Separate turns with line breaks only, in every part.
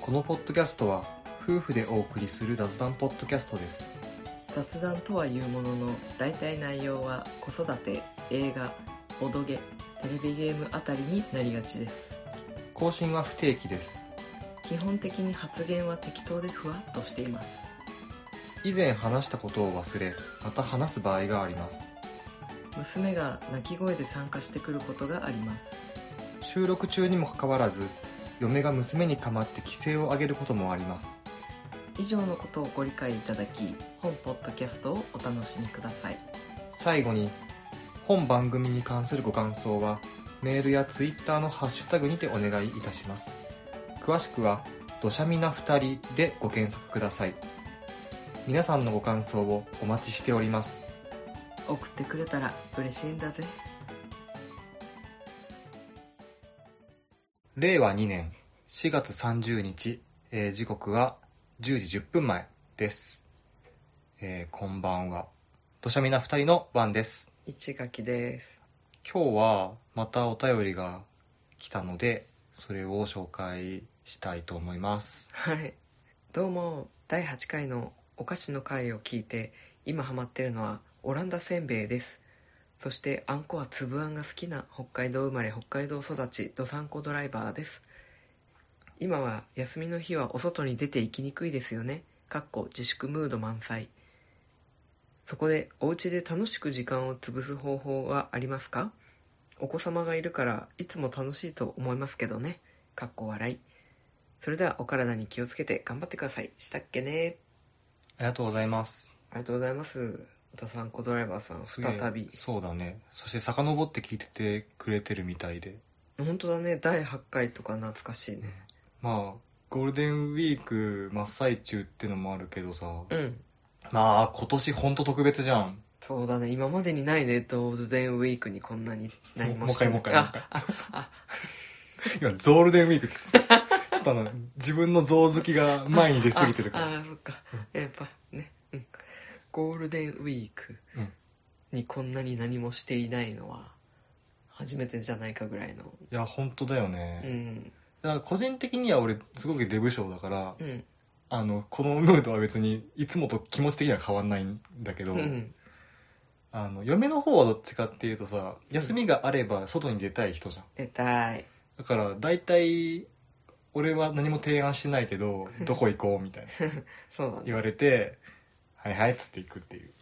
このポッドキャストは夫婦でお送りする雑談ポッドキャストです
雑談とはいうものの大体内容は子育て映画おどげテレビゲームあたりになりがちです
更新は不定期です
基本的に発言は適当でふわっとしています
以前話したことを忘れまた話す場合があります
娘が泣き声で参加してくることがあります
収録中にもかかわらず嫁が娘にかまって規制を上げることもあります
以上のことをご理解いただき本ポッドキャストをお楽しみください
最後に本番組に関するご感想はメールやツイッターのハッシュタグにてお願いいたします詳しくは「どしゃみな2人」でご検索ください皆さんのご感想をお待ちしております
送ってくれたら嬉しいんだぜ
令和2年4月30日、えー時刻は10時10分前です、えーこんばんは土砂みな2人の番です
一垣です
今日はまたお便りが来たのでそれを紹介したいと思います
はいどうも第8回のお菓子の回を聞いて今ハマってるのはオランダせんべいですそしてあんこは粒あんが好きな北海道生まれ北海道育ちどさんこドライバーです今は休みの日はお外に出て行きにくいですよねかっこ自粛ムード満載そこでお家で楽しく時間を潰す方法はありますかお子様がいるからいつも楽しいと思いますけどねかっこ笑いそれではお体に気をつけて頑張ってください。したっけね。
ありがとうございます
ありがとうございます。おたさんこドライバーさん、
すげえ
再び。
そうだねそして遡って聞いててくれてるみたいで
本当だね、第8回とか懐かしいね。
まあゴールデンウィーク真っ最中ってのもあるけどさ、
うん。
まあ今年ほんと特別じゃん
そうだね、今までにないね、ゴールデンウィークにこんなに何もしてない
もう一回もう一回
あ、あ、あ、
今ゾールデンウィークって言ってたちょっとあの自分のゾウ好きが前に出過ぎてるか
あ
ら
あ、そっか。やっぱね、うん。ゴールデンウィーク
うん
にこんなに何もしていないのは、初めてじゃないかぐらいの。
いや本当だよね
う、ん。
だから個人的には俺すごくデブ症だから、
うん。
あのこのムードは別にいつもと気持ち的には変わんないんだけど、
うん。
あの嫁の方はどっちかっていうとさ休みがあれば外に出たい人じゃん
出たい。
だから大体俺は何も提案しないけどどこ行こうみたいな
そうだね。
言われてはいはいっつって行くっていう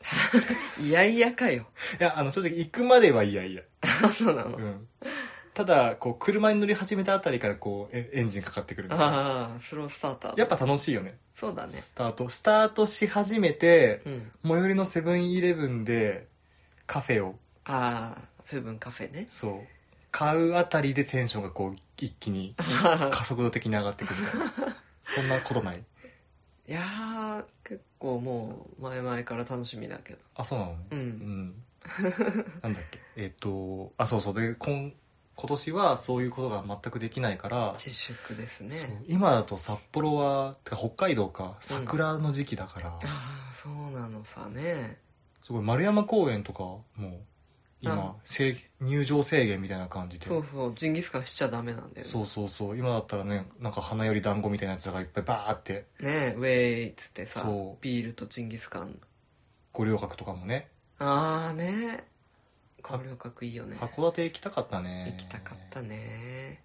いやいやかよ。
いやあの正直行くまではいやいや
あ、そうなの。
うんただこう車に乗り始めたあたりからこうエエンジンかかってくるみたいな
ああ、スロースターターだ。
やっぱ楽しいよね
そうだね。
スタートスタートし始めて
うん。
最寄りのセブンイレブンでカフェを
ああ、セブンカフ ェね。
そう買うあたりでテンションがこう一気に加速度的に上がってくるみたいな そんなことない
いやー、結構もう、前々から楽しみだけど。
あそうなのね
う。
うんんなんだっけえっ、とあそうそうで今今年はそういうことが全くできないから
自粛ですね。
今だと札幌はてか北海道か桜の時期だから、
ああ、そうなのさね。
すごい丸山公園とかもう
うん
今制入場制限みたいな感じで
そうそう、ジンギスカンしちゃダメなんだよね。
そうそうそう今だったらねなんか花より団子みたいなやつらがいっぱいバーって
ねウェイっつってさ
そ、う
ビールとジンギスカン。
五稜郭とかもね
ああね。香料閣いいよね。
函館行きたかったね
行きたかったね。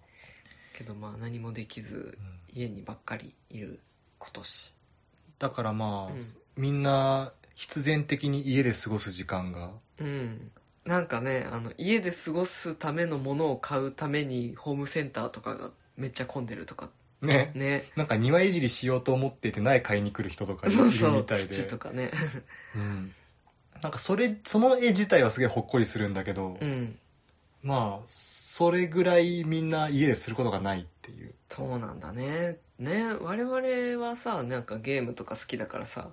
けどまあ何もできず
う、ん
家にばっかりいる今年。
だからまあ、
うん
みんな必然的に家で過ごす時間が
うん。なんかね、あの、家で過ごすためのものを買うために、ホームセンターとかがめっちゃ混んでるとか、
ね
ね。
なんか庭いじりしようと思っていて苗買いに来る人とかいる
そうそ
み
う、
たいで
土と かね。
うんなんかそれその絵自体はすげえほっこりするんだけど、
うん。
まあそれぐらいみんな家ですることがないっていう
そうなんだね。ね、我々はさ、なんかゲームとか好きだからさ、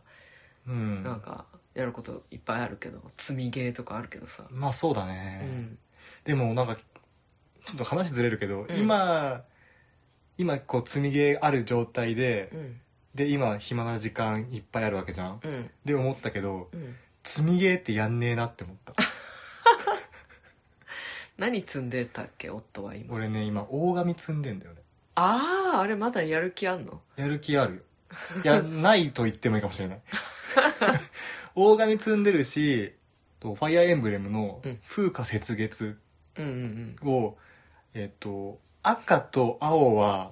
うん
なんか、やることいっぱいあるけど、積みゲーとかあるけどさ。
まあそうだ
う
ね、
ん。
でもなんかちょっと話ずれるけど、
うん
今今こう積みゲーある状態で
うん。
で今暇な時間いっぱいあるわけじゃん
うん。
で思ったけど
うん。
積みゲーってやんねえなって思った
何積んでたっけ、夫は今。
俺ね今大紙積んでんだよね
あああれまだやる気あんの
やる気あるよ。いや、ないと言ってもいいかもしれ ない。大神積んでるし、とファイアーエンブレムの
うん
風化雪月
うんうんうん
を、えっ、と、赤と青は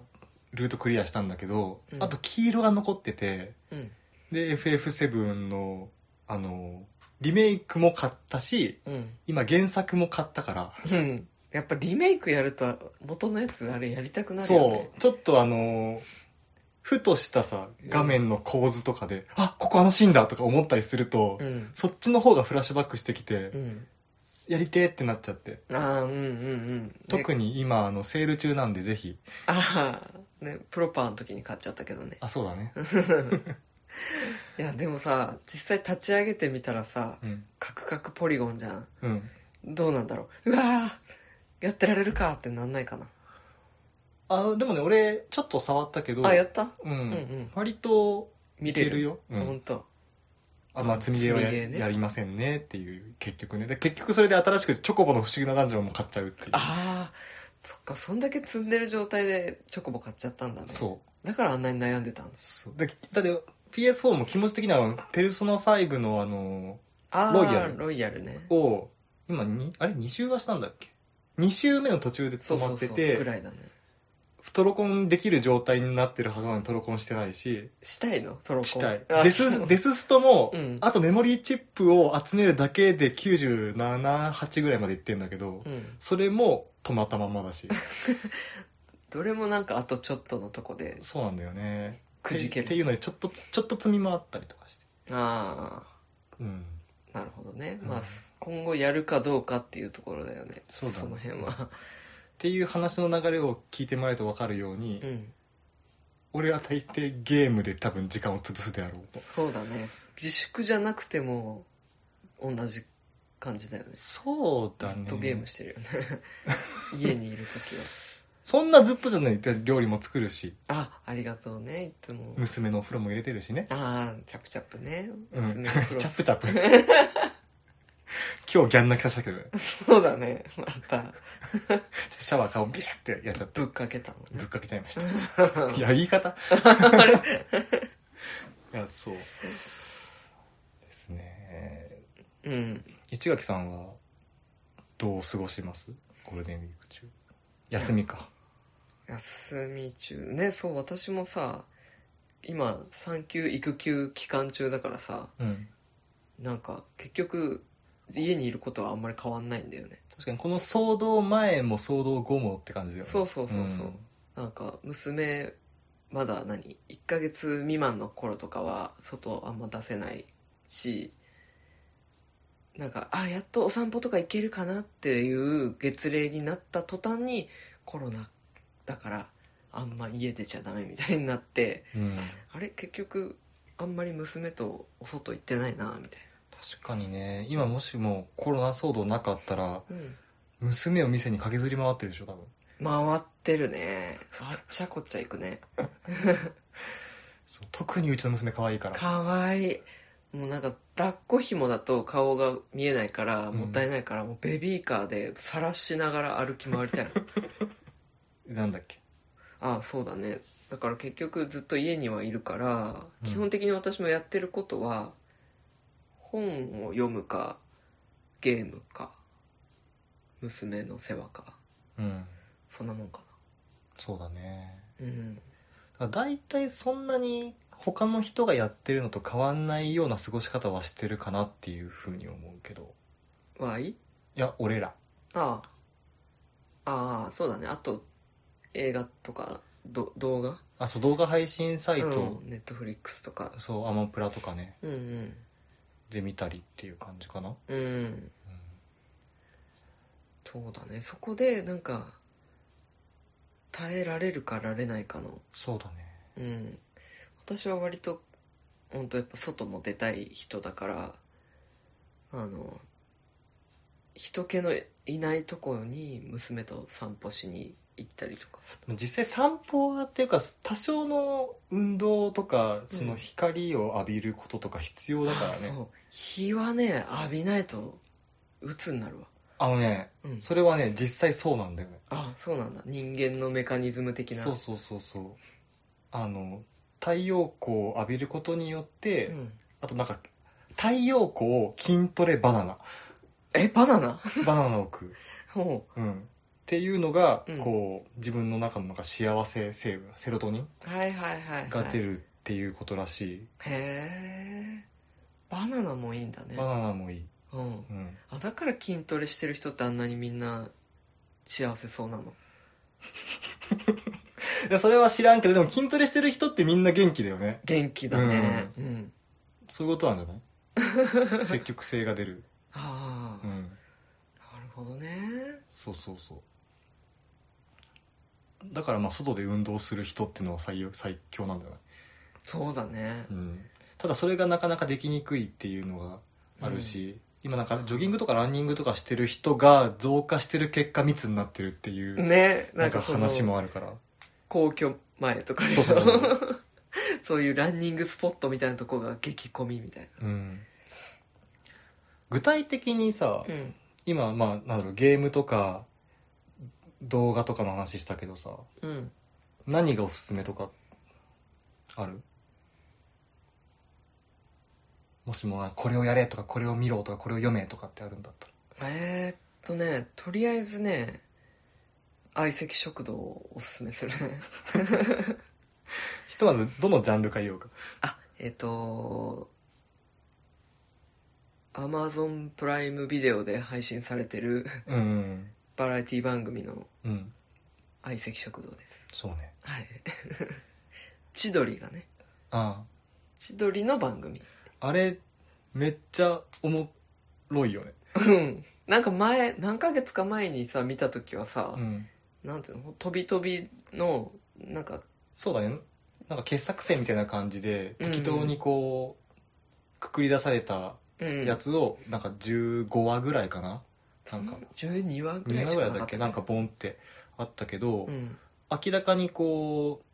ルートクリアしたんだけど、
うん
あと黄色が残ってて、
うん
で、FF7 の、あの、リメイクも買ったし、
うん
今原作も買ったから、
うんやっぱリメイクやると元のやつあれやりたくなるよね
そう、ちょっとあのーふとしたさ、画面の構図とかで、あ、ここあのシーンだとか思ったりすると、
うん
そっちの方がフラッシュバックしてきて、
うん
やりてーってなっちゃって。
ああうんうんうんね
特に今、あの、セール中なんでぜひ。
ああねプロパーの時に買っちゃったけど ね
あ、そうだね。
いやでもさ実際立ち上げてみたらさ
うん。
カクカクポリゴンじゃん
うん。
どうなんだろううわーやってられるかってなんないかな
あ、でもね、俺、ちょっと触ったけど、
あやった
うん。
うんうん
割と、
見
い
れ
け
る
るよ。うん
本当
あ、まあ、積みゲーは
積みゲー
や
ね
やりませんねっていう、結局ね。で結局それで新しくチョコボの不思議なダンジョンも買っちゃうっていう。
ああそっかそんだけ積んでる状態でチョコボ買っちゃったんだね
そう。
だからあんなに悩んでたんです
そうだだって PS4 も気持ち的にはペルソナ5のあの
ああ
ロイヤル
ロイヤルね
を今にあれ2周はしたんだっけ2周目の途中で
そ
止
うそ
ま
う
って
そう
て
ぐらいだね
トロコンできる状態になってるはずなのにトロコンしてないし
したいのトロコン
したい
あ
デ
そう
スデスストも、
うん
あとメモリーチップを集めるだけで978ぐらいまでいってんだけど、
うん
それも止まったまんまだ し
どれもなんかあとちょっとのとこで
そうなんだよね
くじけ
って
る
いうのでちょっとつちょっと積み回ったりとかして
ああ
うん
なるほどね、
うん
まあ今後やるかどうかっていうところだよね
そうだね
の辺 は
っていう話の流れを聞いてもらえると分かるように、
うん
俺は大抵ゲームで多分時間を潰すであろうと
そうだね自粛じゃなくても同じ感じだよね
そうだね
ずっとゲームしてる よね家にいる時は
そんなずっとじゃない料理も作るし
あありがとうねいつも
娘のお風呂も入れてるしね
ああチャプチャプね
うん
娘のクロ
チャ
ス
プチャプ 今日ギャン泣きさせたけどちょっと
そうだねまた
シャワー顔ビャーってやっちゃって
ぶっかけたの
ぶっ
ね
かけちゃいましたいや言い方
あれ
いやそうですね
うん
市垣さんはどう過ごしますゴールデンウィーク中休みか
休み中ねそう私もさ今産休育休期間中だからさ
うん
なんか結局家にいることはあんまり変わんないんだよね
確かにこの騒動前も騒動後もって感じだよね
そうそうそうそう
うん
なんか娘まだ何1ヶ月未満の頃とかは外あんま出せないしなんかあやっとお散歩とか行けるかなっていう月齢になった途端にコロナだからあんま家出ちゃダメみたいになって
うん、
あれ結局あんまり娘とお外行ってないなみたい
確かにね今もしもコロナ騒動なかったら
な、
娘を店に駆けずり回ってるでしょ多分
回ってるねあっちゃこっちゃ行くね
そう特にうちの娘可愛いから
かわいいもうなんか抱っこ紐だと顔が見えないから
うん
もったいないから、もうベビーカーで晒しながら歩き回 りたいの
なんだっけ
ああそうだねだから結局ずっと家にはいるから、
うん
基本的に私もやってることは本を読むかゲームか娘の世話か
うん
そんなもんか
そうだね
なうん
だから大体そんなに他の人がやってるのと変わんないような過ごし方はしてるかなっていうふうに思うけど
わい
いや俺ら
ああああそうだねあと映画とかど動画
あそう動画配信サイト、
ネットフリックスとか
そうアマプラとかね
うんうん
で見たりっていう感じかな、
うん
うん
そうだねそこでなんか耐えられるかられないかの
そうだね
うん私は割と本当やっぱ外も出たい人だからあの人気のいないところに娘と散歩しに行ったりとか
実際散歩はっていうか多少の運動とか
うん
その光を浴びることとか必要だから
あ
ね、
そう日はね浴びないと鬱になるわ
あのね、
うん、
それはね、実際そうなんだよね。
あそうなんだ人間のメカニズム的な
そうそうそうそう。あの、太陽光を浴びることによって、
うん、
あとなんか、太陽光を筋トレバナ ナ。
えバナナ
バナナ を食う。
ほ
うん。っていうのが、
うん
こう、自分の中のなんか幸せ成分、セロトニン
うはいはいはい、はい、
が出るっていうことらし
へえバナナもいいんだ
い。
ね
バナナもいい。
うん
うん。
あだから筋トレしてる人ってあんなにみんな幸せそうなの
いやそれは知らんけど、でも筋トレしてる人ってみんな元気だよね。
元気だねうん、
そういうことなんじゃ ない積極性が出る。
ああ、
うん。
なるほどね
そうそうそう。だからまあ、外で運動する人っていうのは最良最強なんだよね。
そうだね
うん。ただそれがなかなかできにくいっていうのがある、し、今なんかジョギングとかランニングとかしてる人が増加してる結果密になってるっていう、
うんね
な
なんん
か
かその
話もあるから
皇居前とかでし
そ
ょ
うそうそう
そういうランニングスポットみたいなとこが激混みみたい
うん具体的にさ、
なうん
今まあなんだろうゲームとか動画とかの話したけどさ
うん
何がおすすめとかあるもしもこれをやれとかこれを見ろとかこれを読めとかってあるんだったら
えー、っとねとりあえずね相席食堂をおすすめする ね
ひとまずどのジャンルか言おうか
あ、えっ、と、アマゾンプライムビデオで配信されてる
うん
バラエティ番組の
うんうん
相席食堂です。
そうね
はい。 千鳥がね、
ああ
千鳥の番組。
あれ、めっちゃおもろいよね。
うん。なんか前、何ヶ月か前にさ、見た時はさ、
ん。
なんていうの、飛び飛びの、なんか、
そうだね。なんか傑作選みたいな感じで、
うんうん
適当にこう、くくり出された
うん。
やつを、なんか15話ぐらいかななんか、
12話ぐ
2
ら
話
いし
ぐ
からないか
だった
っ
け
よね
なんか、ボンってあったけど、
うん。
明らかにこう、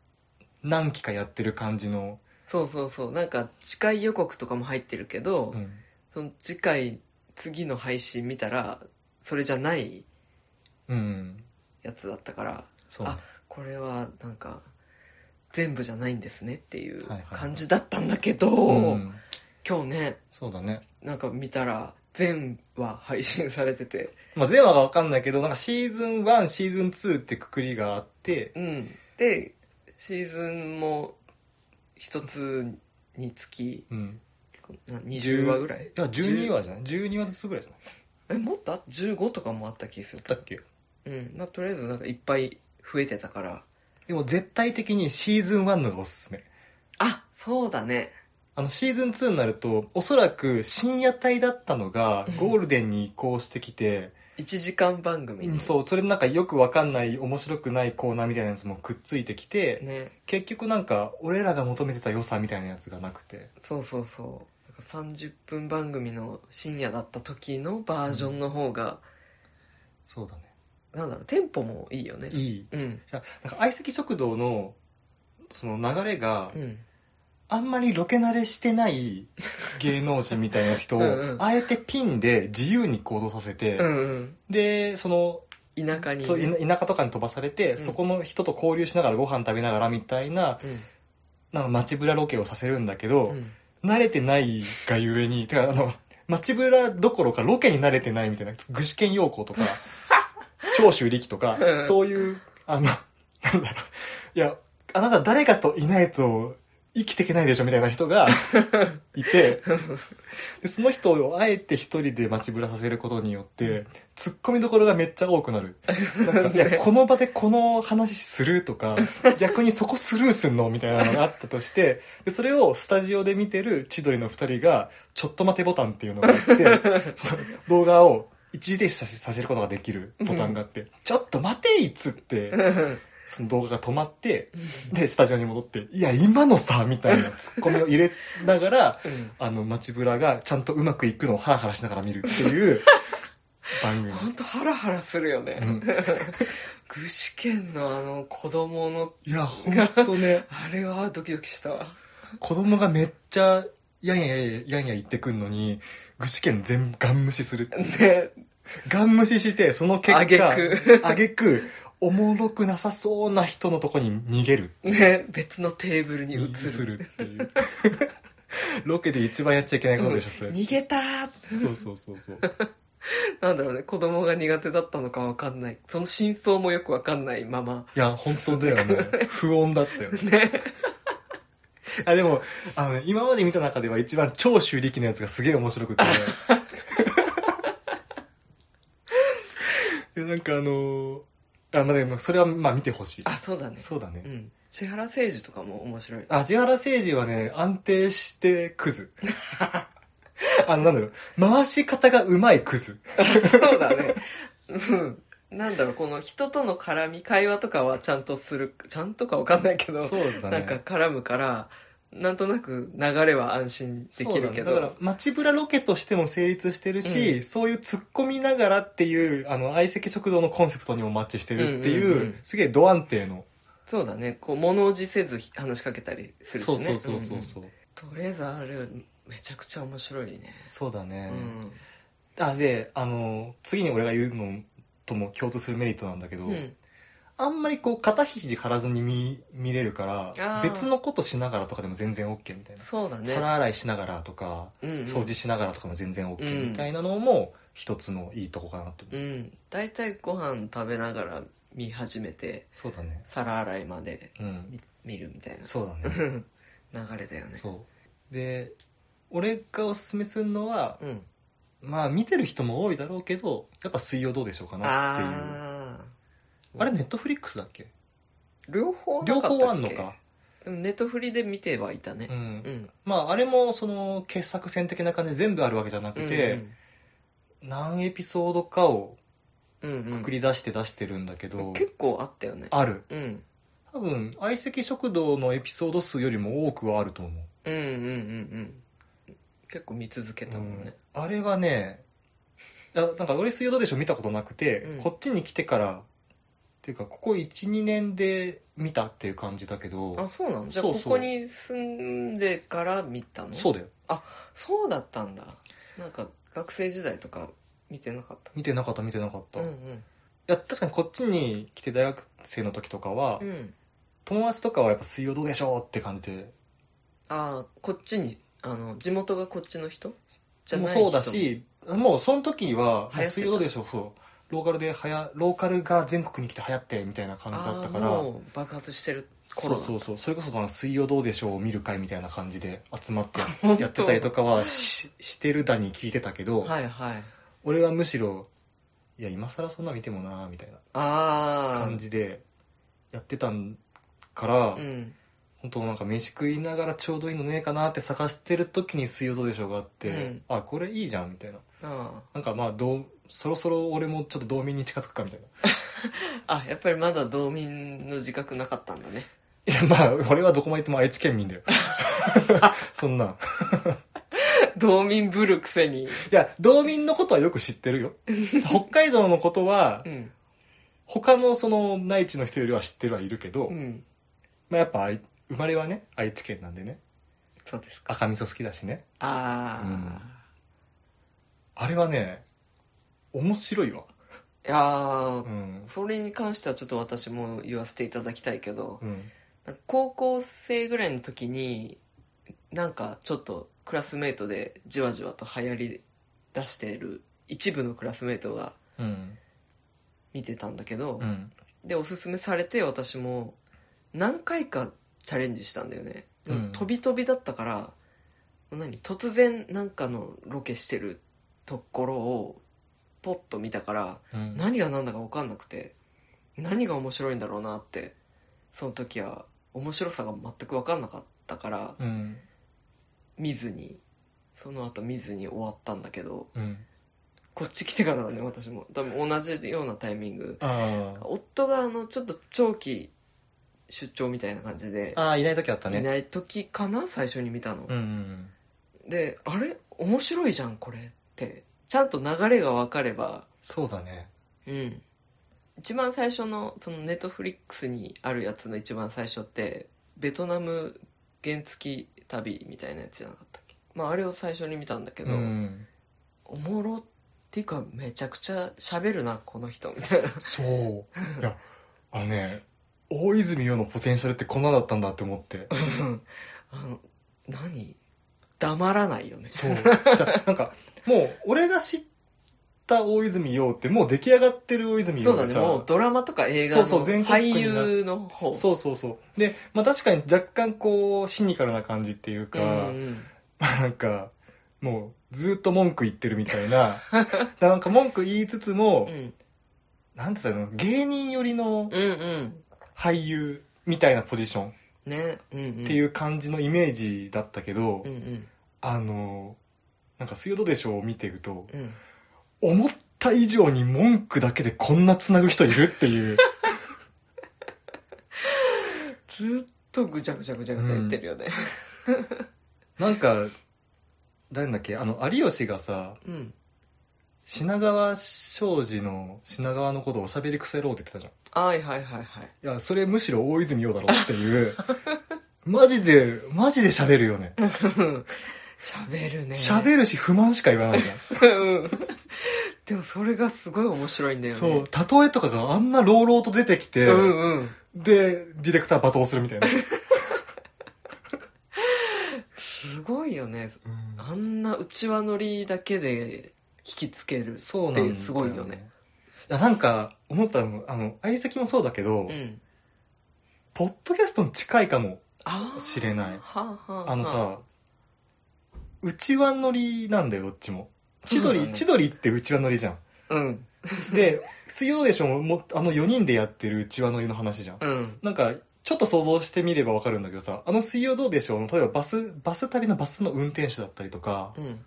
何期かやってる感じの、
そうそうそう。なんか、次回予告とかも入ってるけど、
うん
その次回次の配信見たらそれじゃない
うん。
やつだったから
そうね、
あこれはなんか全部じゃないんですねっていう
はいはいはい
感じだったんだけど、
うん。
今日ね
そうだね。
なんか見たら全話配信されてて
まあ、全話がわかんないけど、なんかシーズン1、シーズン2ってくくりがあって、
うんでシーズンも一つにつき
うん。
な20話ぐらい
いや、12話じゃない ?12 話ずつぐらいじゃない
えもっとあ15とかもあった気がするけ
だ
ど
っけ
うんまあとりあえずなんかいっぱい増えてたから
でも絶対的にシーズン1のがおすすめ。
あそうだね
あのシーズン2になると、おそらく深夜帯だったのが
うん
ゴールデンに移行してきて、
1時間番組に
そう、それなんかよくわかんない面白くないコーナーみたいなやつもくっついてきて、
ね
結局なんか俺らが求めてた良さみたいなやつがなくて。
そうそうそうなんか30分番組の深夜だった時のバージョンの方が、
そうだね。
なんだろうテンポもいいよね
いい。
うん
いやなんか相席食堂のその流れが
う、ん
あんまりロケ慣れして ない芸能人みたいな人を
うんうん
あえてピンで自由に行動させて、
うん
で、その、
うん田舎にね
そうい田舎とかに飛ばされて、
ん
そこの人と交流しながらご飯食べながらみたいな
うん
なんか街ぶらロケをさせるんだけど、
うん
慣れてないがゆえにてかあの街ぶらどころかロケに慣れてないみたいな具志堅用高 とか長州力とか
うん
そういうあのなんだろういやあなた誰かといないと生きていけないでしょみたいな人がい てでその人をあえて一人で街ぶらさせることによって、ツッコミどころがめっちゃ多くなる。 なんか、いや、この場でこの話するとか、逆にそこスルーすんのみたいなのがあったとして、でそれをスタジオで見てる千鳥の二人が、ちょっと待てボタンっていうのがあ って、その動画を一時停止させさせることができるボタンがあって、ちょっと待ていっつって、その動画が止まって、で、スタジオに戻って、いや、今のさ、みたいなツッコミを入れながら、
うん
あの、街ブラがちゃんとうまくいくのをハラハラしながら見るって いう番組。
ほんとハラハラするよね、
うん
具志堅のあの子供の
いや、ほんとね、
あれはドキドキした わ
子供がめっちゃ、やんややんややんや言ってくんのに、具志堅全部ガン無視するっていう。
ね
ガン無視して、その結
あげ
果、
く。
あげく、おもろくなさそうな人のとこに逃げる。
ね、別のテーブルに移る。
っていう。ロケで一番やっちゃいけないことでしょ、それ。
逃げたー
そうそうそうそう。
なんだろうね、子供が苦手だったのかわかんない。その真相もよくわかんないまま。
いや、本当だよね。不穏だったよね。
ね。
あ、でも、あのね、今まで見た中では一番超修理機のやつがすげえ面白くて。 で、なんかあのーあ、まあ、でもそれはまあ見てほしい。
あ、そうだね。
そうだね。
うん。千原誠二とかも 面白い。
あ、千原誠二はね、安定してクズ。 あの、なんだろう、回し方がうまいクズ。
そうだね。うん。なんだろう、この人との絡み、会話とかはちゃんとする、ちゃんとかわかんないけど、
そうだ
なんか絡むから、なんとなく流れは安心できるけ
そ
ど。
うだ,、ね、だから街ぶらロケとしても成立してるし、
う
そういう突っ込みながらっていうあの相席食堂のコンセプトにもマッチしてるっていう,、
うんうんうん
すげえド安定の、
そうだね。こう、物おじせず話しかけたりするし
そ
ね。
うそうそうそう、
ん
そう
とりあえずあれ、めちゃくちゃ面白いね。
そうだね
う、ん。
あであの次に俺が言うのとも共通するメリットなんだけど、
うん。
あんまりこう肩肘張らずに見見れるから
あー
別のことしながらとかでも全然 OK みたいな、
そうだね。
皿洗いしながらとか
うんうん、
掃除しながらとかも全然
う
OK
ん
みたいなのも一つのいいとこかなと思う、
うん。大体ご飯食べながら見始めて、
そうだね
皿洗いまで
うん
見見るみたいな。
そうだね
うん 流れだよね。
そうで俺がおすすめするのは、
うん。
まあ見てる人も多いだろうけどやっぱ「水曜どうでしょうかな」っていうあ
ああ。
れネットフリックスだっけ
両方なか
両
ったっけ
方あんのか。
でもネットフリで見てはいたね
う。ん
うん。
まああれもその傑作選的な感じで全部あるわけじゃなくて、何エピソードかを
うんうん、うんう
く
ん
くり出して出してるんだけど、
結構あったよね。
ある
うん。
多分相席食堂のエピソード数よりも多くはあると思う
うんうんうんうん。結構見続けたもんね。
うんあれはねいやなんか俺水曜どうでしょう見たことなくて、
うん
こっちに来てからっていうかここ12年で見たっていう感じだけ
あ、
ど
そうなのじゃあ
そう
こ
そう
こに住んでから見たの
そう
だ。
だよ
そうだったんだ。なんか学生時代とか見てなかった。
見てなかった見てなかった、
うん
いや確かにこっちに来て大学生の時とかは、
うん。うん。
友達とかはやっぱ水曜どうでしょうって感じで
ああ、こっちに、あの、地元がこっちの人じゃ
も
な
う
い
そうだ。しもうその時は
流行ってた
水曜どうでしょうそうローカルではやローカルが全国に来て流行ってみたいな感じだったから
ああもう爆発してる
そ
頃
う
だ
そうそうそれこそその「水曜どうでしょう」を見る会みたいな感じで集まって
本当
やってたりとかはししてるだに聞いてたけど、
はいはい
俺はむしろいや今更そんな見てもなーみたいな
ああ
感じでやってたんから、
うん
本当なんか飯食いながらちょうどいいのねえかなって探してる時に「水曜どうでしょう」があって、
うん
あこれいいじゃんみたいな
あ
なんかまあどうそろそろ俺もちょっと道民に近づくかみたいな
ああやっぱりまだ道民の自覚なかったんだね
いやまあ俺はどこまで行っても愛知県民だよそんな
道民ぶるくせに
いや、道民のことはよく知って るよ。北海道のことは
う、ん
他のその内地の人よりは知ってるはいるけど、
うん
まあやっぱあい生まれはね、愛知県なんでね、
そうですか
赤味噌好きだしね。
ああ、
うんあれはね、面白いわ。
いやー
うん。
それに関してはちょっと私も言わせていただきたいけど
うん。
なんか高校生ぐらいの時になんかちょっとクラスメートでじわじわと流行り出している一部のクラスメートが
うん。
見てたんだけど、
うん。
でおすすめされて私も何回かチャレンジしたんだよね、
うん
飛び飛びだったからもう何突然なんかのロケしてるところをポッと見たから
うん。
何が何だか分かんなくて何が面白いんだろうなってその時は面白さが全く分かんなかったから
うん。
見ずにその後見ずに終わったんだけど
うん。
こっち来てからだね私も多分同じようなタイミング
ああ。
夫があのちょっと長期出張みたいな感じで
ああ、いない時あった
い
ね。
ない時かな最初に見たの、
うんうん。
であれ面白いじゃんこれってちゃんと流れが分かれば
そうだね。
うん一番最初のそのネットフリックスにあるやつの一番最初ってベトナム原付き旅みたいなやつじゃなかったっけまああれを最初に見たけ
け
ど、おもろってていうかめちゃくちゃ喋るなこの人みたいな
そう いやあのね大泉洋のポテンシャルってこんなだったんだって思って
あの何黙らないよね
そうじゃあなんかもう俺が知った大泉洋ってもう出来上がってる大泉
そ
洋
うだ
で
ね
さ
もうドラマとか映画の
そうそう全国
俳
区にな
優の方
そうそうそうで、まあ、確かに若干こうシニカルな感じっていうか、
うんうん
まあなんかもうずっと文句言ってるみたいな だからなんか文句言いつつも、
うん
なんて言ったらいいの芸人寄りの
うんうん
俳優みたいなポジションっ
ねうんうん
ていう感じのイメージだったけど、
うんうん
あのなんか「水曜どうでしょう」を見てると
うん
思った以上に文句だけでこんなつなぐ人いるって いう。
ずっとぐちゃぐちゃぐちゃぐちゃ言ってるよね
なんか、誰だっけあの、有吉がさ、
うん
品川庄司の品川のことをおしゃべりくせろうって言ってたじゃ
はいはいはいはい
ん。いや、それむしろ大泉洋だろっていう。マジで、マジで喋るよね。
喋るね
喋、るし不満しか言わないじゃん。
うんでもそれがすごい面白いんだよね
そう、例えとかがあんな朗々と出てきて、
うんうん
で、ディレクター罵倒するみたいな。
すごいよねあんなうちわ乗りだけで引きつける
そうなん
だ
だ
よ
よ
ね
ね。いや、なんか、思ったの、あの、相席もそうだけど、
うん
ポッドキャストに近いかも。
あー
知れない
はあはあ
あのさ、うちわ乗りなんだよ、どっちも。千
そうだ
鳥、
ね
千鳥ってうちわ乗りじゃん。
うん
で、水曜でしょも、もうあの4人でやってるうちわ乗りの話じゃん。
うん
なんか、ちょっと想像してみればわかるんだけどさ、あの水曜どうでしょうの例えばバス、バス旅のバスの運転手だったりとか、
うん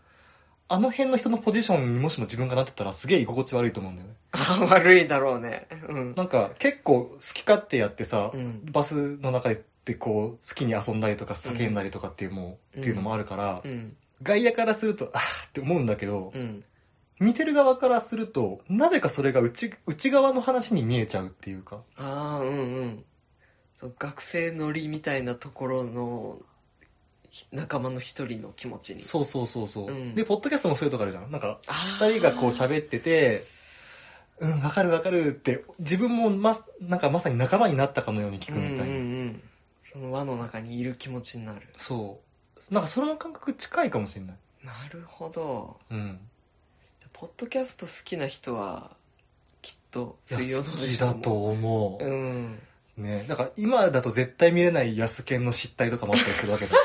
あの辺の人のポジションにもしも自分がなってたらすげえ居心地悪いと思うんだよね。
あー悪いだろうねうん
なんか、結構好き勝手やってさ、
うん
バスの中でこう、好きに遊んだりとか叫んだりとかっていうもう、
うん
っていうのもあるから、
うん
外野からすると、あーって思うんだけど、
うん
見てる側からすると、なぜかそれが内、内側の話に見えちゃうっていうか。
ああうんうんそう学生乗りみたいなところのひ仲間の一人の気持ちに
そうそうそうそう。
うん
で、ポッドキャストもそういうとこあるじゃん。なんか、
あー
二人がこう喋ってて、うん、わかるわかるって、自分もま、なんかまさに仲間になったかのように聞くみたいな。
うんうんうん、その輪の中にいる気持ちになる
そう。なんかその感覚近いかもしれない。
なるほど
うん。
じゃあポッドキャスト好きな人はきっと
いや
水曜ど
好
うで
き
しょう
だと思う。
うん
ね。だから今だと絶対見れない安犬の失態とかもあったりするわけじゃ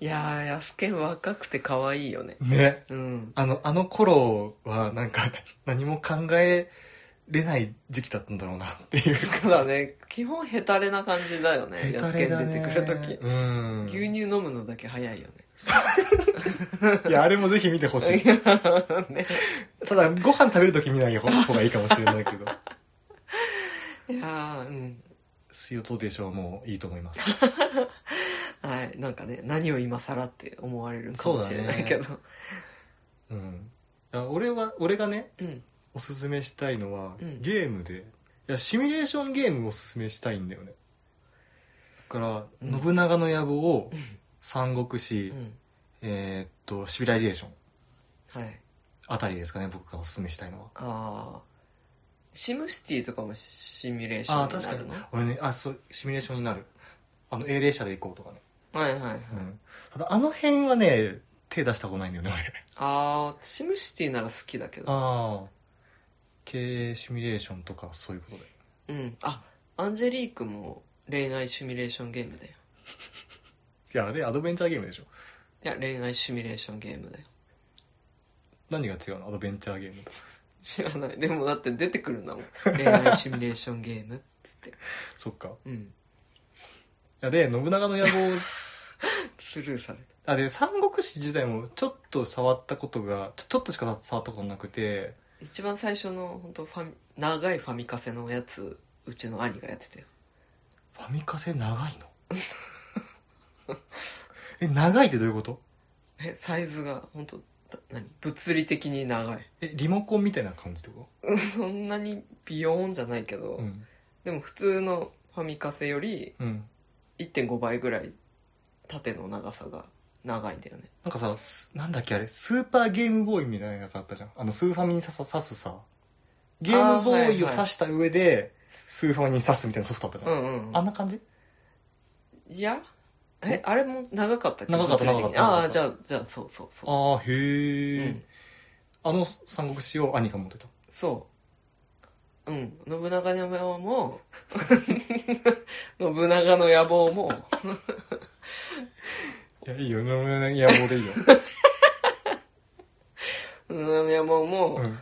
いやーやすけん若くて可愛いよね
ん。ね。
うん
あの、あの頃は、なんか、 何も考えれない時期だったんだろうなっていう。
そうだね基本ヘタレな感じだよね
ヘ
や
タ
すけ
レだ
ん出
ね
てくるとき、
うん。
牛乳飲むのだけ早い よね
いや、あれもぜひ見てほし い。
ね
ただ、ご飯食べるとき見ない方方がいいかもしれないけど。
いやーうん
水曜どうでしょうもいいと思います。
はいなんかね何を今更って思われるかもしれないけど
うん。いや俺は、俺がね、
うん
おすすめしたいのは、
うん
ゲームで、いや、シミュレーションゲームをおすすめしたいんだよね。だから、
うん
信長の野望を、三国志、
うん
えーっと、シビライゼーション
はい
あたりですかね、僕がおすすめしたいのは。
ああシムシティとかもシミュレーシ
ああ
ョン
確
にな
か
る
に俺
の
ねあそうシミュレーションになるあの英霊社で行こうとかね、
はいはいはい、
うん、ただあの辺はね手出したことないんだよね俺
ああシムシティなら好きだけど
ああ経営シミュレーションとかそういうことで
うんあアンジェリークも恋愛シミュレーションゲームだよ
いやあれアドベンチャーゲームでしょ
いや恋愛シミュレーションゲームだよ
何が違うのアドベンチャーゲームと
知らないでもだって出てくるんだもん恋愛シミュレーションゲームっつって
そっかい
うん
やで信長の野望
スルーされた
あで三国志自体もちょっと触ったことがちょちょっとしか触ったことなくて
一番最初の本当ファミ長いファミカセのやつうちの兄がやってたよ
ファミカセ長いの え長いってどういうこと
えサイズが本当だ何物理的に長い
えリモコンみたいな感じってこ
うんそんなにビヨーンじゃないけど、
とうん
でも普通のファミカセより
うん
1.5倍ぐらい縦の長さが長いんだよね
なんかさ、すなんだっけあれ、スーパーゲームボーイみたいなやつあったじゃん。あの、スーファミに刺さ刺すさ。ゲームボーイを
あーはいはい
刺した上で、スーファミに刺すみたいなソフトあったじゃん。
うんうんうん
あんな感じ
いやえあれも長かったっけ
長かった
物理的
長か
に
った
ああーじゃあじゃあそうそうそう
ああ、
う
へえ、
ん
あの三国志を兄が持ってた。
そううん信長の野望も 信長の野望も
いや、いいよ。いや、もうでいいよ。
信長の野望も、
うん。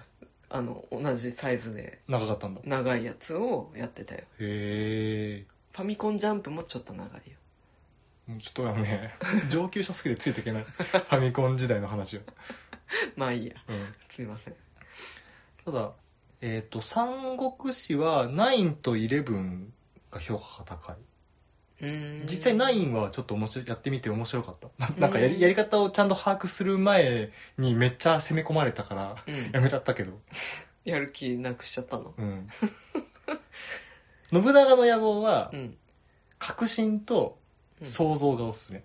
あの同じサイズで
長かったんだ。へ
長いやつをやってたよ
え。
ファミコンジャンプもちょっと長いよ
もうちょっとあの ね、上級者好きでついていけない。ファミコン時代の話よ。
まあいいや
うん。
すいません
ただ、えっ、と、三国志は9と11が評価が高い。
うーん
実際9はちょっと面白いやってみて面白かったな
うん
なんかやりやり方をちゃんと把握する前にめっちゃ攻め込まれたから
うん
やめちゃったけど、
やる気なくしちゃったの
うん、信長の野望は
うん
革新と
うん
創造がおすすめ、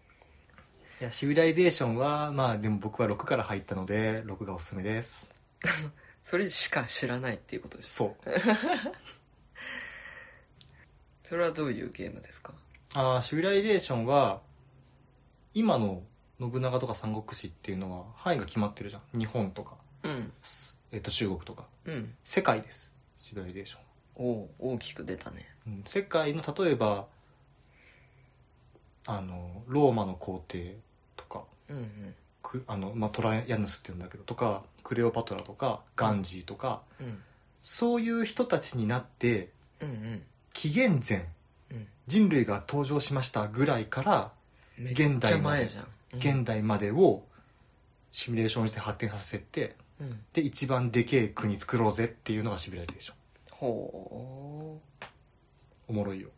いやシビライゼーションはまあでも僕は6から入ったので6がおすすめです
それしか知らないっていうことです
そう
それはどういうゲームですか
あーシビライゼーションは今の信長とか三国志っていうのは範囲が決まってるじゃん日本とか、
うん
すえっと中国とか
うん
世界ですシビライゼーション
おう大きく出たね
うん世界の例えばあのローマの皇帝とか
うんうん
くあの、まあ、トライアヌスって言うんだけどとかクレオパトラとかガンジーとか、
うん
そういう人たちになって
うんうん
紀元前
うん
人類が登場しましたぐらいから
めっ
現
ちゃ
代まで
前じゃんうん
現代までをシミュレーションして発展させて
うん
で一番でけえ国作ろうぜっていうのがシビライゼーション
ほ
おもろいよ、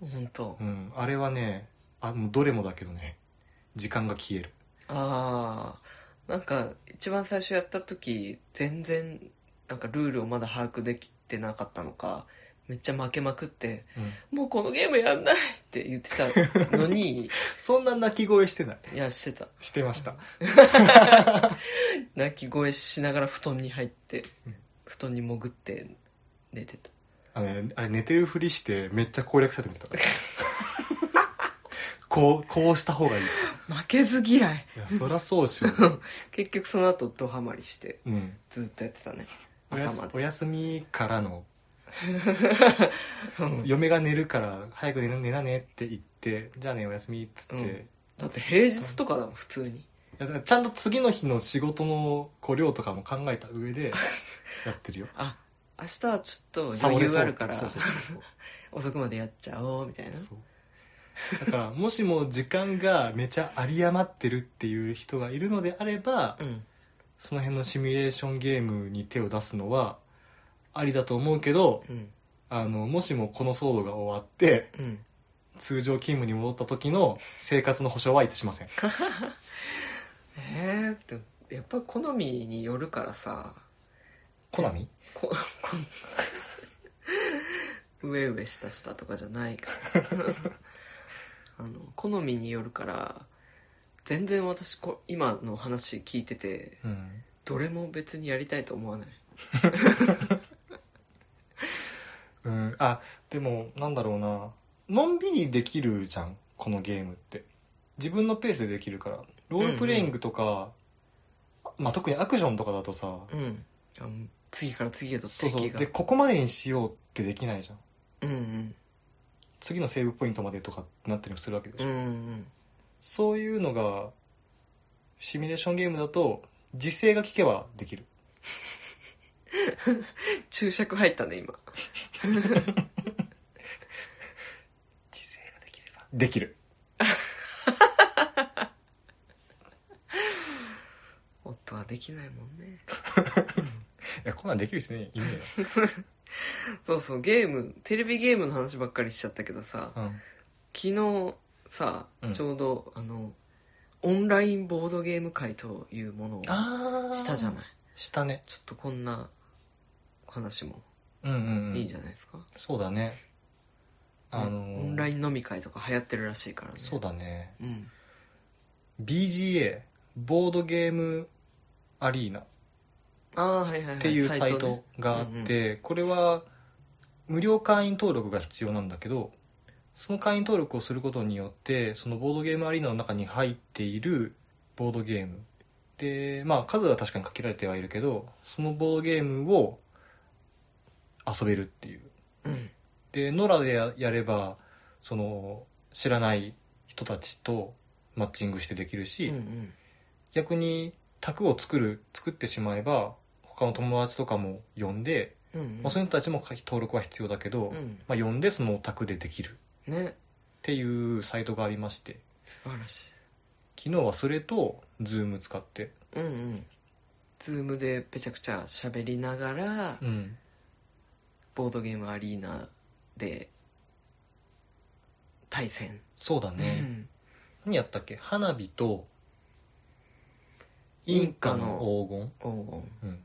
うほんと
うん、あれはねあもうどれもだけどね時間が消える
ああなんか一番最初やった時全然なんかルールをまだ把握できてなかったのかめっちゃ負けまくって
うん
「もうこのゲームやんない!」って言ってたの に
そんな泣き声してない。
いやしてた
してました。
泣き声しながら布団に入って
うん
布団に潜って寝てた
あのねあれ寝てるふりしてめっちゃ攻略されて みてたから。こう、こうした方がいいとか。
負けず嫌い
いや、そらそうでし ょ。
結局その後ドハマりして
うん。
ずっとやってたね
おや
朝
す
まで
お休みからの、
うん
嫁が寝るから早く寝な寝なねって言って、じゃあね、おやすみっつって、
うん
い
だって平日とかだもん普通に
やだからちゃんと次の日の仕事の小量とかも考えた上で やってるよ。
あ明日はちょっと
サボれ
余裕
そう
あるから
そうそうそう
遅くまでやっちゃおうみたいな
そうだからもしも時間がめちゃ有り余ってるっていう人がいるのであれば、
うん
その辺のシミュレーションゲームに手を出すのはありだと思うけど
うん
あのもしもこの騒動が終わって
うん
通常勤務に戻った時の生活の保障はいたしません
ええー、ってやっぱ好みによるからさ
コナミ
ここん上上下下とかじゃないから あの好みによるから全然私こ今の話聞いてて
うん
どれも別にやりたいと思わない
うんあでもなんだろうなのんびりできるじゃんこのゲームって自分のペースでできるからロールプレイングとか、まあ、特にアクションとかだとさ、
うんあの次から次へと
そうそう
敵が
でここまでにしようってできないじゃん
うんうん
次のセーブポイントまでとかってなったりもするわけでし
う
ょ、
んうん
そういうのがシミュレーションゲームだと時勢が効けばできる
注釈入ったね今
時勢ができればできる
夫はできないもんね
いやこんなんできる人ねいねえよ、
そうそうゲームテレビゲームの話ばっかりしちゃったけどさ
うん、
昨日さ
うん
ちょうど、あのオンラインボードゲーム会というものを
あ
したじゃない
いしたね
ちょっとこんな話も
うんうん、うん、
いいんじゃ
ん
ないですか、
そうだねあの
ねオンライ
ン
ン飲み会とか流行ってるらしいからね
そうだね
うん
BGA ボードゲームアリーナっ
ああはいはいはい
ていうサイトがあっ
ねうんうん
てこれは無料会員登録が必要なんだけどその会員登録をすることによってそのボードゲームアリーナの中に入っているボードゲームでまあ数は確かに限られてはいるけどそのボードゲームを遊べるっていう
うん
でノラでややればその知らない人たちとマッチングしてできる
う
し、
んうん
逆に卓を作る作ってしまえば他の友達とかも呼んで、
うんうん
まあ、そういう人たちも登録は必要だけど、
うん
まあ、呼んでその卓でできるっ
ね
ていうサイトがありまして
素晴らしい
昨日はそれと Zoom 使って、
うんうんズームでぺちゃくちゃ喋りながら、
うん、
ボードゲームアリーナで対戦
そうだね、
うん
何やったっけ花火と
イ
イ
ン
ン
カ
カ
の
の黄金
おう
うん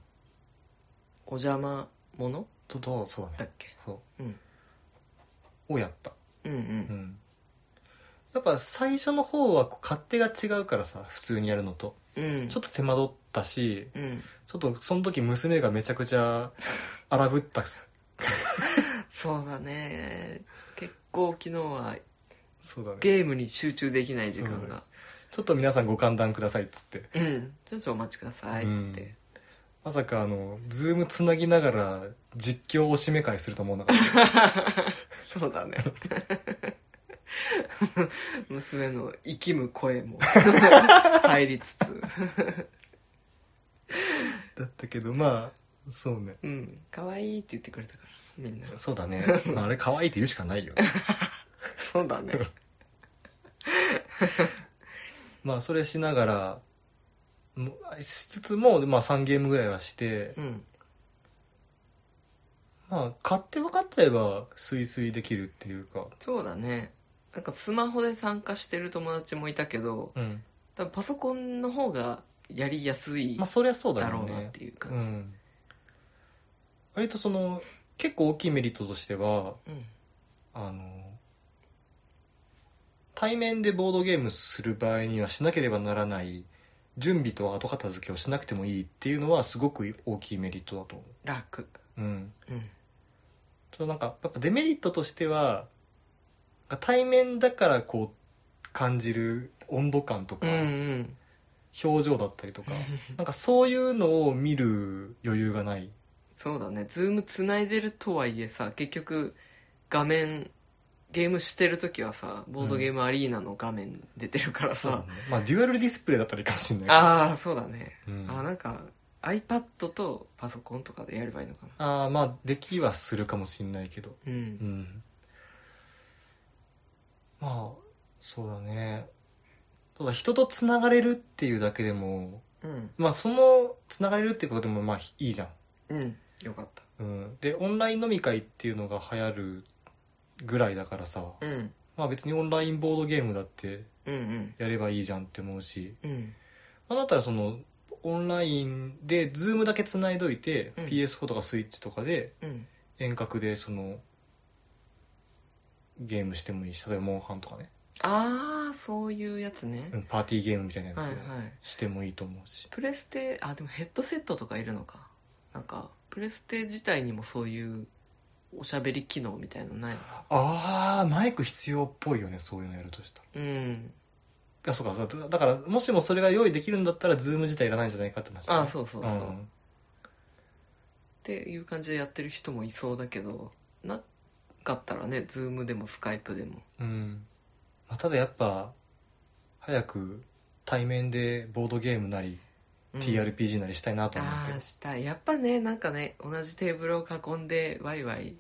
お邪魔者
ととそうだね
だっけ
そう、
うん
をやった、
うんうん
うん、やっぱ最初の方はこう勝手が違うからさ普通にやるのと
うん
ちょっと手間取ったし
うん
ちょっとその時娘がめちゃくち ゃ荒ぶったさ
そうだね結構昨日は
そうだね
ゲームに集中できない時間が
ちょっと皆さんご勘談くださいっつって
うんちょっとお待ちくださいっつって、
まさかあのズームつなぎながら実況を締め会すると思うなかった
そうだね 娘の生きむ声も入りつつ
だったけどまあそうね
うん可愛いって言ってくれたからみんな
そうだ ね、まあ、あれ可愛いって言うしかないよね
そうだね
まあそれしながらもしつつも、まあ、3ゲームぐらいはして、
うん
まあ買って分かっちゃえばスイスイできるっていうか
そうだねなんかスマホで参加してる友達もいたけど
うん
多分パソコンの方がやりやすい
まあそりゃそうだ
だ
よ
ろうなっ
ね
ていう
う
感じうん
ん割とその結構大きいメリットとしてはあの対面でボードゲームする場合にはしなければならない準備と後片付けをしなくてもいいっていうのはすごく大きいメリットだと思
楽
ううん
うん
ちょっとなんかやっぱデメリットとしては対面だからこう感じる温度感とか、
うん うん
表情だったりとか なんかそういうのを見る余裕がない
そうだねズームつないでるとはいえさ結局画面ゲームしてる時はさボードゲームアリーナの画面出てるから
そうだ
さ
ね、まあデュアルディスプレイだったらいいかもしれないけど
ああそうだね、
うん
あーなんか iPad とパソコンとかでやればいいのかな
あーまあできはするかもしれないけど
うん、
うんまあそうだねただ人とつながれるっていうだけでも
うん
まあそのつながれるってことでもまあいいじゃん
うんよかった
うん、でオンライン飲み会っていうのが流行るぐらいだからさ、
うん
まあ、別にオンラインボードゲームだって
うんうん
やればいいじゃんって思うし、
うん
まあ、だったらそのオンラインで Zoom だけ繋いどいて、
うん
PS4 とか Switch とかで
うん
遠隔でそのゲームしてもいいし例えばモンハンとかね、
ああそういうやつね
う、ん、パーティーゲームみたいなやつを
はいはい
してもいいと思うし、
プレステあでもヘッドセットとかいるのかなんかプレステ自体にもそういうおしゃべり機能みたいのないのか
ああマイク必要っぽいよねそういうのやるとしたら。
うん
あそうかそうだだからもしもそれが用意できるんだったら Zoom 自体いらないんじゃないかって話だね、
ああそうそうそう、
う
っ
ん
ていう感じでやってる人もいそうだけどなかったらねズームでもスカイプでも
うんまあ、ただやっぱ早く対面でボードゲームなり、
うん
TRPG なりしたいなと思
あ
うけ
あ
ど
したいやっぱねなんかね同じテーブルを囲んでワイワイ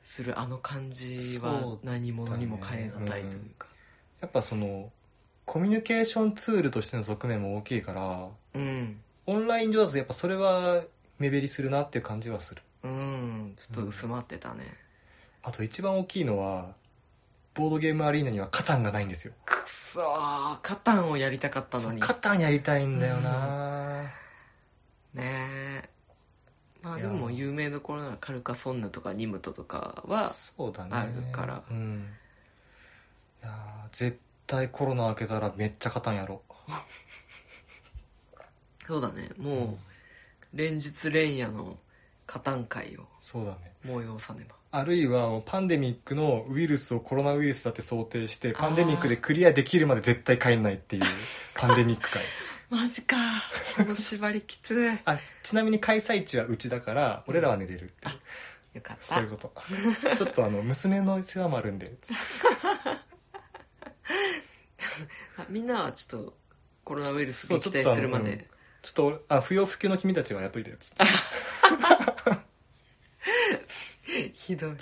するあの感じ
そ
は
う
何者にも変えがたいというか
やっぱそのコミュニケーションツールとしての側面も大きいから
うん
オンライン上だとやっぱそれは目減りするなっていう感じはする
うんちょっと薄まってたね、
あと一番大きいのはボードゲームアリーナにはカタンがないんですよ
くっそーカタンをやりたかったの
そう
に
カタンやりたいんだよな、
ねえまあ
い
で
や
も有名どころならカルカソンヌとかニムトとかは
そうだね
あるから
うんいやー絶対コロナ明けたらめっちゃ勝たんやろ。
そうだね
う
も
ん
う連日連夜の加担会を
そうだね。
催さねば
あるいはもうパンデミックのウイルスをコロナウイルスだって想定して、パンデミックでクリアできるまで絶対帰んない っていうパンデミック会。
マジかその縛りきつい
あ、ちなみに開催地はうちだから、俺らは寝れるっていう。
よかった
そういう こと。ちょっとあの、娘の世話もあるんで、つって
あみんなはちょっとコロナウイルス
そう
撃退するま
ちょっ
で
ちょっと俺、あ、不要不急の君たちはやっといてよ、つ って。
ひ どい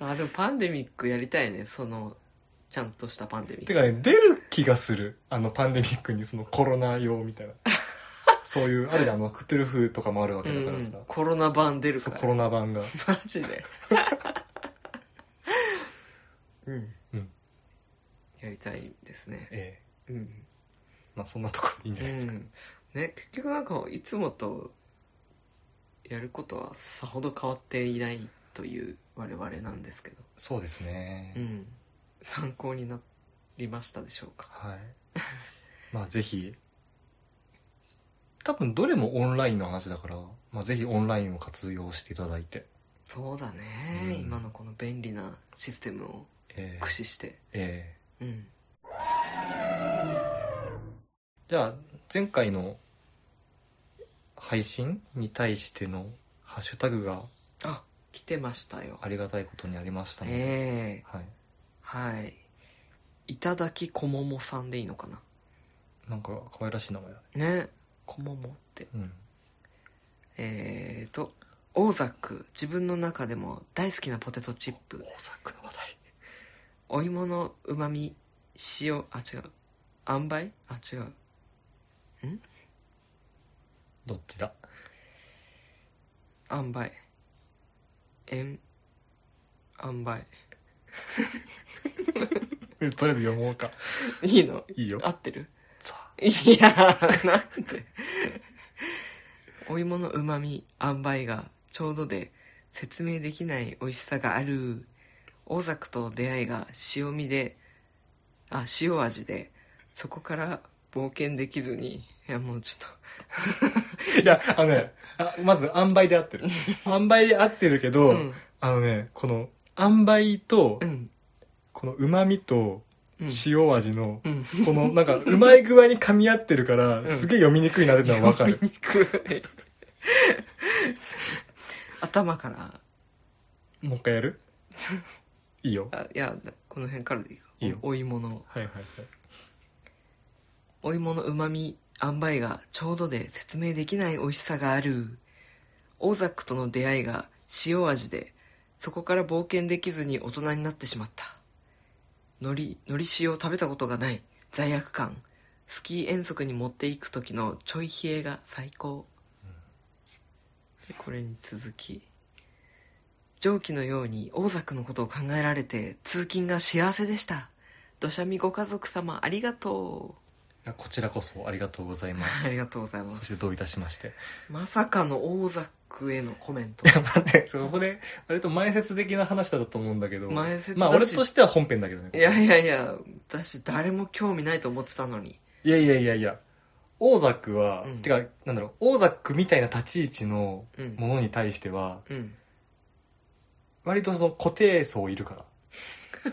あでもパンデミックやりたいねそのちゃんとしたパンデミッ
て
ク
かね、出る気がする。あの、パンデミックにそのコロナ用みたい な。そういう、あるじゃん、あの、クトゥルフとかもあるわけだからさ。
うんコロナ版出る
そ
か
う、
ら
コロナ版が。
マジでうん、
うん
やりたいですね
ええ。
うん、
まあ、そんなとこでいいんじ
う
ゃないですか。
ん、ね結局なんかいつもとやることはさほど変わっていないという我々なんですけど
そうですね。
うん参考になりましたでしょうか
はい。 まあぜひ、多分どれもオンラインの話だから、まあぜひオンラインを活用していただいて、
そうだね、
うん
今のこの便利なシステムを
えー
駆使して
え
うん
ーじゃあ前回の配信に対してのハッシュタグが
あ来てましたよ
ありがたいことにありましたので、
ええ
はい。
はいいただきこももさんでいいのかな
なんか可愛らしい名前だね。
ねこももって
うん。
えーとオーザック自分の中でも大好きなポテトチップ
大作の話題。
お芋のうまみ塩あ違う塩梅あ違う
どっちだ
塩梅塩塩梅
とりあえず読もうか。
いいの
いいよ。
合ってる
さあ。
いやーなんでお芋のうまみ塩梅がちょうどで説明できない美味しさがある大作と出会いが塩味であ塩味でそこから冒険できずにいやもうちょっ
いや、あのね、あまず、塩梅で合って る。塩梅で合ってるけ
と
ど、
うん
あのね、この、塩梅と
う、ん
この旨味と
うん
塩味の、
うん
この、なんか、うまい具合に噛み合ってるから、
うん
すげえ 読みにくいなってのはわか る。
憎い頭から
もう一回 やるいいよ。
あいやこの辺からでいいか
いいよ
お芋の
はいはいはい。
お芋のうまみ塩梅がちょうどで説明できない美味しさがあるオーザックとの出会いが塩味でそこから冒険できずに大人になってしまった海苔海苔塩を食べたことがない罪悪感スキー遠足に持っていく時のちょい冷えが最高でこれに続き蒸気のように大作のことを考えられて通勤が幸せでした土砂見ご家族様ありがとう
いやこちらこそありがとうございま
あ
す
り。がとうございま
そし
す
てどういたしまして。
まさかの大ザックへのコメン ト
待って、そこれ、割と前説的な話だったと思うんだけど。
前説だし
まあ、俺としては本編だけどね。
いやいやいや私誰も興味ないと思ってたのに
いやいやいやいや。オーザックは、
うん
てか、なんだろう、オーザックみたいな立ち位置の
うん
ものに対しては、
うん
割とその固定層いるから。い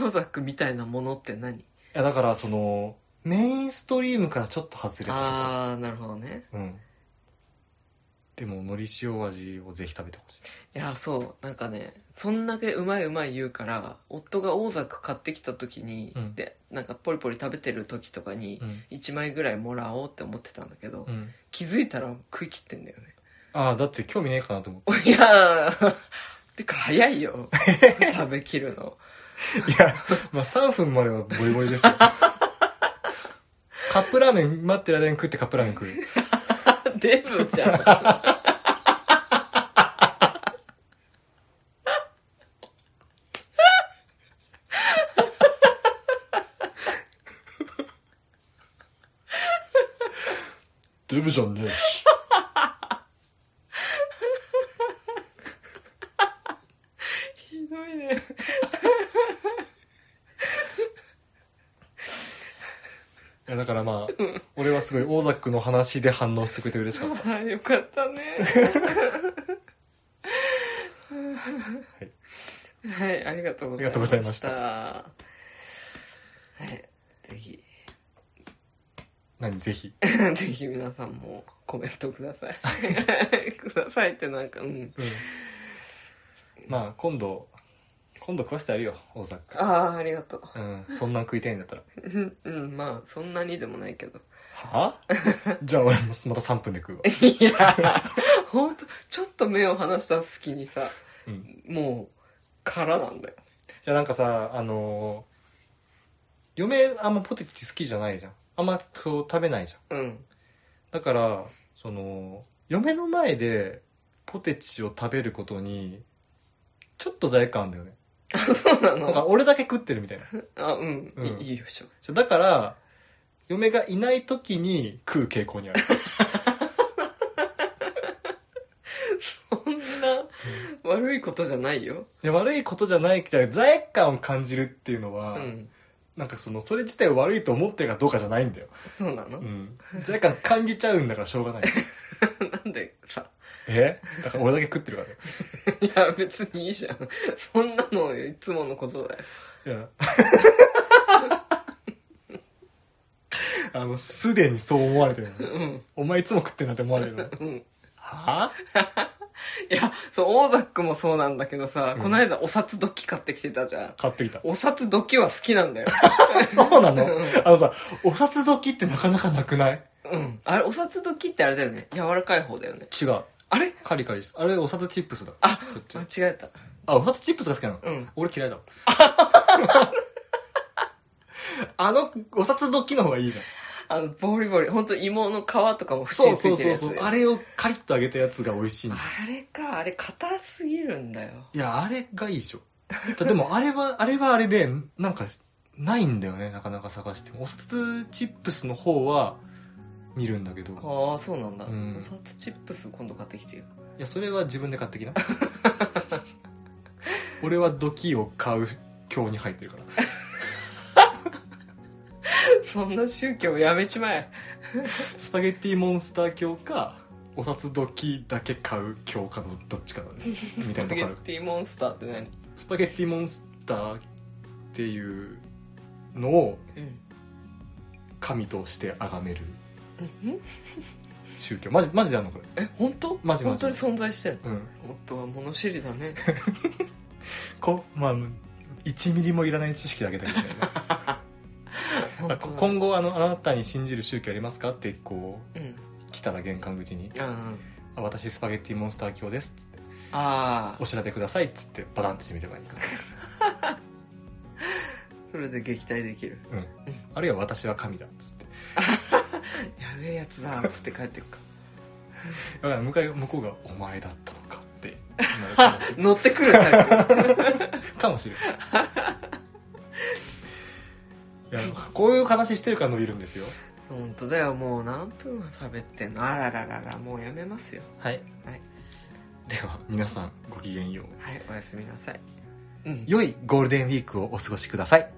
大ザックみたいなものって何
や、だからその、メインストリームからちょっと外れたとか。
ああなるほどね
うん。でも、海苔塩味をぜひ食べてほしい。
いやそうなんかねそんだけうまいうまい言うから夫が大ザック買ってきた時に、
うん
でなんかポリポリ食べてる時とかに
うん。
1枚ぐらいもらおうって思ってたんだけど、
うん。
気づいたら食い切ってんだよね
ああ、だって興味ねえかなと思っ
いやーてか早 いよ食べきるの
て。いや、 まあ3分もあればボイボイ ですよ。カップラーメン待ってる間に食ってカップラーメン食う。
デブじゃん。
デブじゃんねえし。
ひどいね。
いやだからまあ俺はすごい大ザックの話で反応してくれて嬉しかった
あーよかったねはい、ありがとうござ
あり
いました
がとうございました
はいぜひ
何ぜひ、
ぜひ皆さんもコメントください くださいってなんかうん
うん、まあ今度今度食わしてやるよ大ザック
ああありがとう
うんそんなん食いたいんだったら
うんうんまあそんなにでもないけど
はあじゃあ俺もまた3分で食うわ、
いや本当ちょっと目を離した隙にさ
うん、
もう空なんだよ
いやなんかさあのー嫁あんまポテチ好きじゃないじゃんあんまこう食べないじゃん
うん
だからその嫁の前でポテチを食べることにちょっと罪悪感あるんだよね
あそうな
なんか
の
俺だけ食ってるみたいな
あうん、い
うん
いいよしょ
だから嫁がいない時に食う傾向にある
そんな悪いことじゃないよ。
で悪いことじゃないけど罪悪感を感じるっていうの
う
は、
ん。
なんかそのそれ自体を悪いと思ってるかどうかじゃないんだよ、
そうなの、
うん、罪悪感感じちゃうんだからしょうが ない
なんでさ。
えだから俺だけ食ってるからね
いや、別にいいじゃん。そんなのいつものことだよ。
い やあのすでにそう思われてるの
うん。
お前いつも食ってんなって思われるのは
うん。
あ
いや、そう、オーザックもそうなんだけどさ、
うん
この間お札ドキ買ってきてたじゃん。
買ってきた
お札ドキは好きなんだよ。
そうな
う
の
ん
あのさお札時ってなかなかなくない
うん。あれ、お札ドキってあれだよね。柔らかい方だよね。
違う
あれ
カリカリですあれお札チップスだ
あ
そっち
間違えた。
あお札チップスが好きなの
うん。
俺嫌い だあのお札時の方がいい じゃん
あの、ボリボリ。ほんと芋の皮とかも縁についてるやつだよ
あれをカリッと揚げたやつが美味しいんじゃん
あれか、あれ硬すぎるんだよ。
いや、あれがいいでしょ。だでも、あれは、あ れはあれで、なんか、ないんだよね、なかなか探しても。お札チップスの方は、見るんだけど。い
ああそうなんだ、
うん
お札チップス今度買ってきてよ
や、それは自分で買ってきな。 俺はドキを買う今日に入ってるから。
そんな宗教やめちまえ
スパゲッティモンスター教か、お札ドキだけ買う教かのどっちかだね。みたいなと
スパ
こ
ゲ
ある
ッ。 ティモンスターって何
スパゲッティモンスターっていうのを神として崇める
うん、うん、
宗教。マジ、マジであんのこれ。
え本当
マジマジ
本当に存在してんの
うん。
夫は物知りだ ね
こまあ1ミリもいらない知識だけだけ どね
本
あ
当
こ
だ
今後あのあなたに信じる宗教ありますかってこ
うん
う来たら玄関口に
あー
「あ私スパゲッティモンスター教です」っつって
あ
「お調べください」っつってバタンって閉めればいいから
ーそれで撃退できる
あるいは「私は神だ」っつって
やべえやつだっつって帰ってく か
だから向かい向こうが「お前だったのか」ってなるかもし れ
乗ってくるタイプ
んかもしれんいやこういう話してるから伸びるんですよ
本当だよもう何分は喋ってんのあららららもうやめますよ
はい、
はい
では皆さんごきげんよう
はいおやすみなさいうん
良いゴールデンウィークをお過ごしください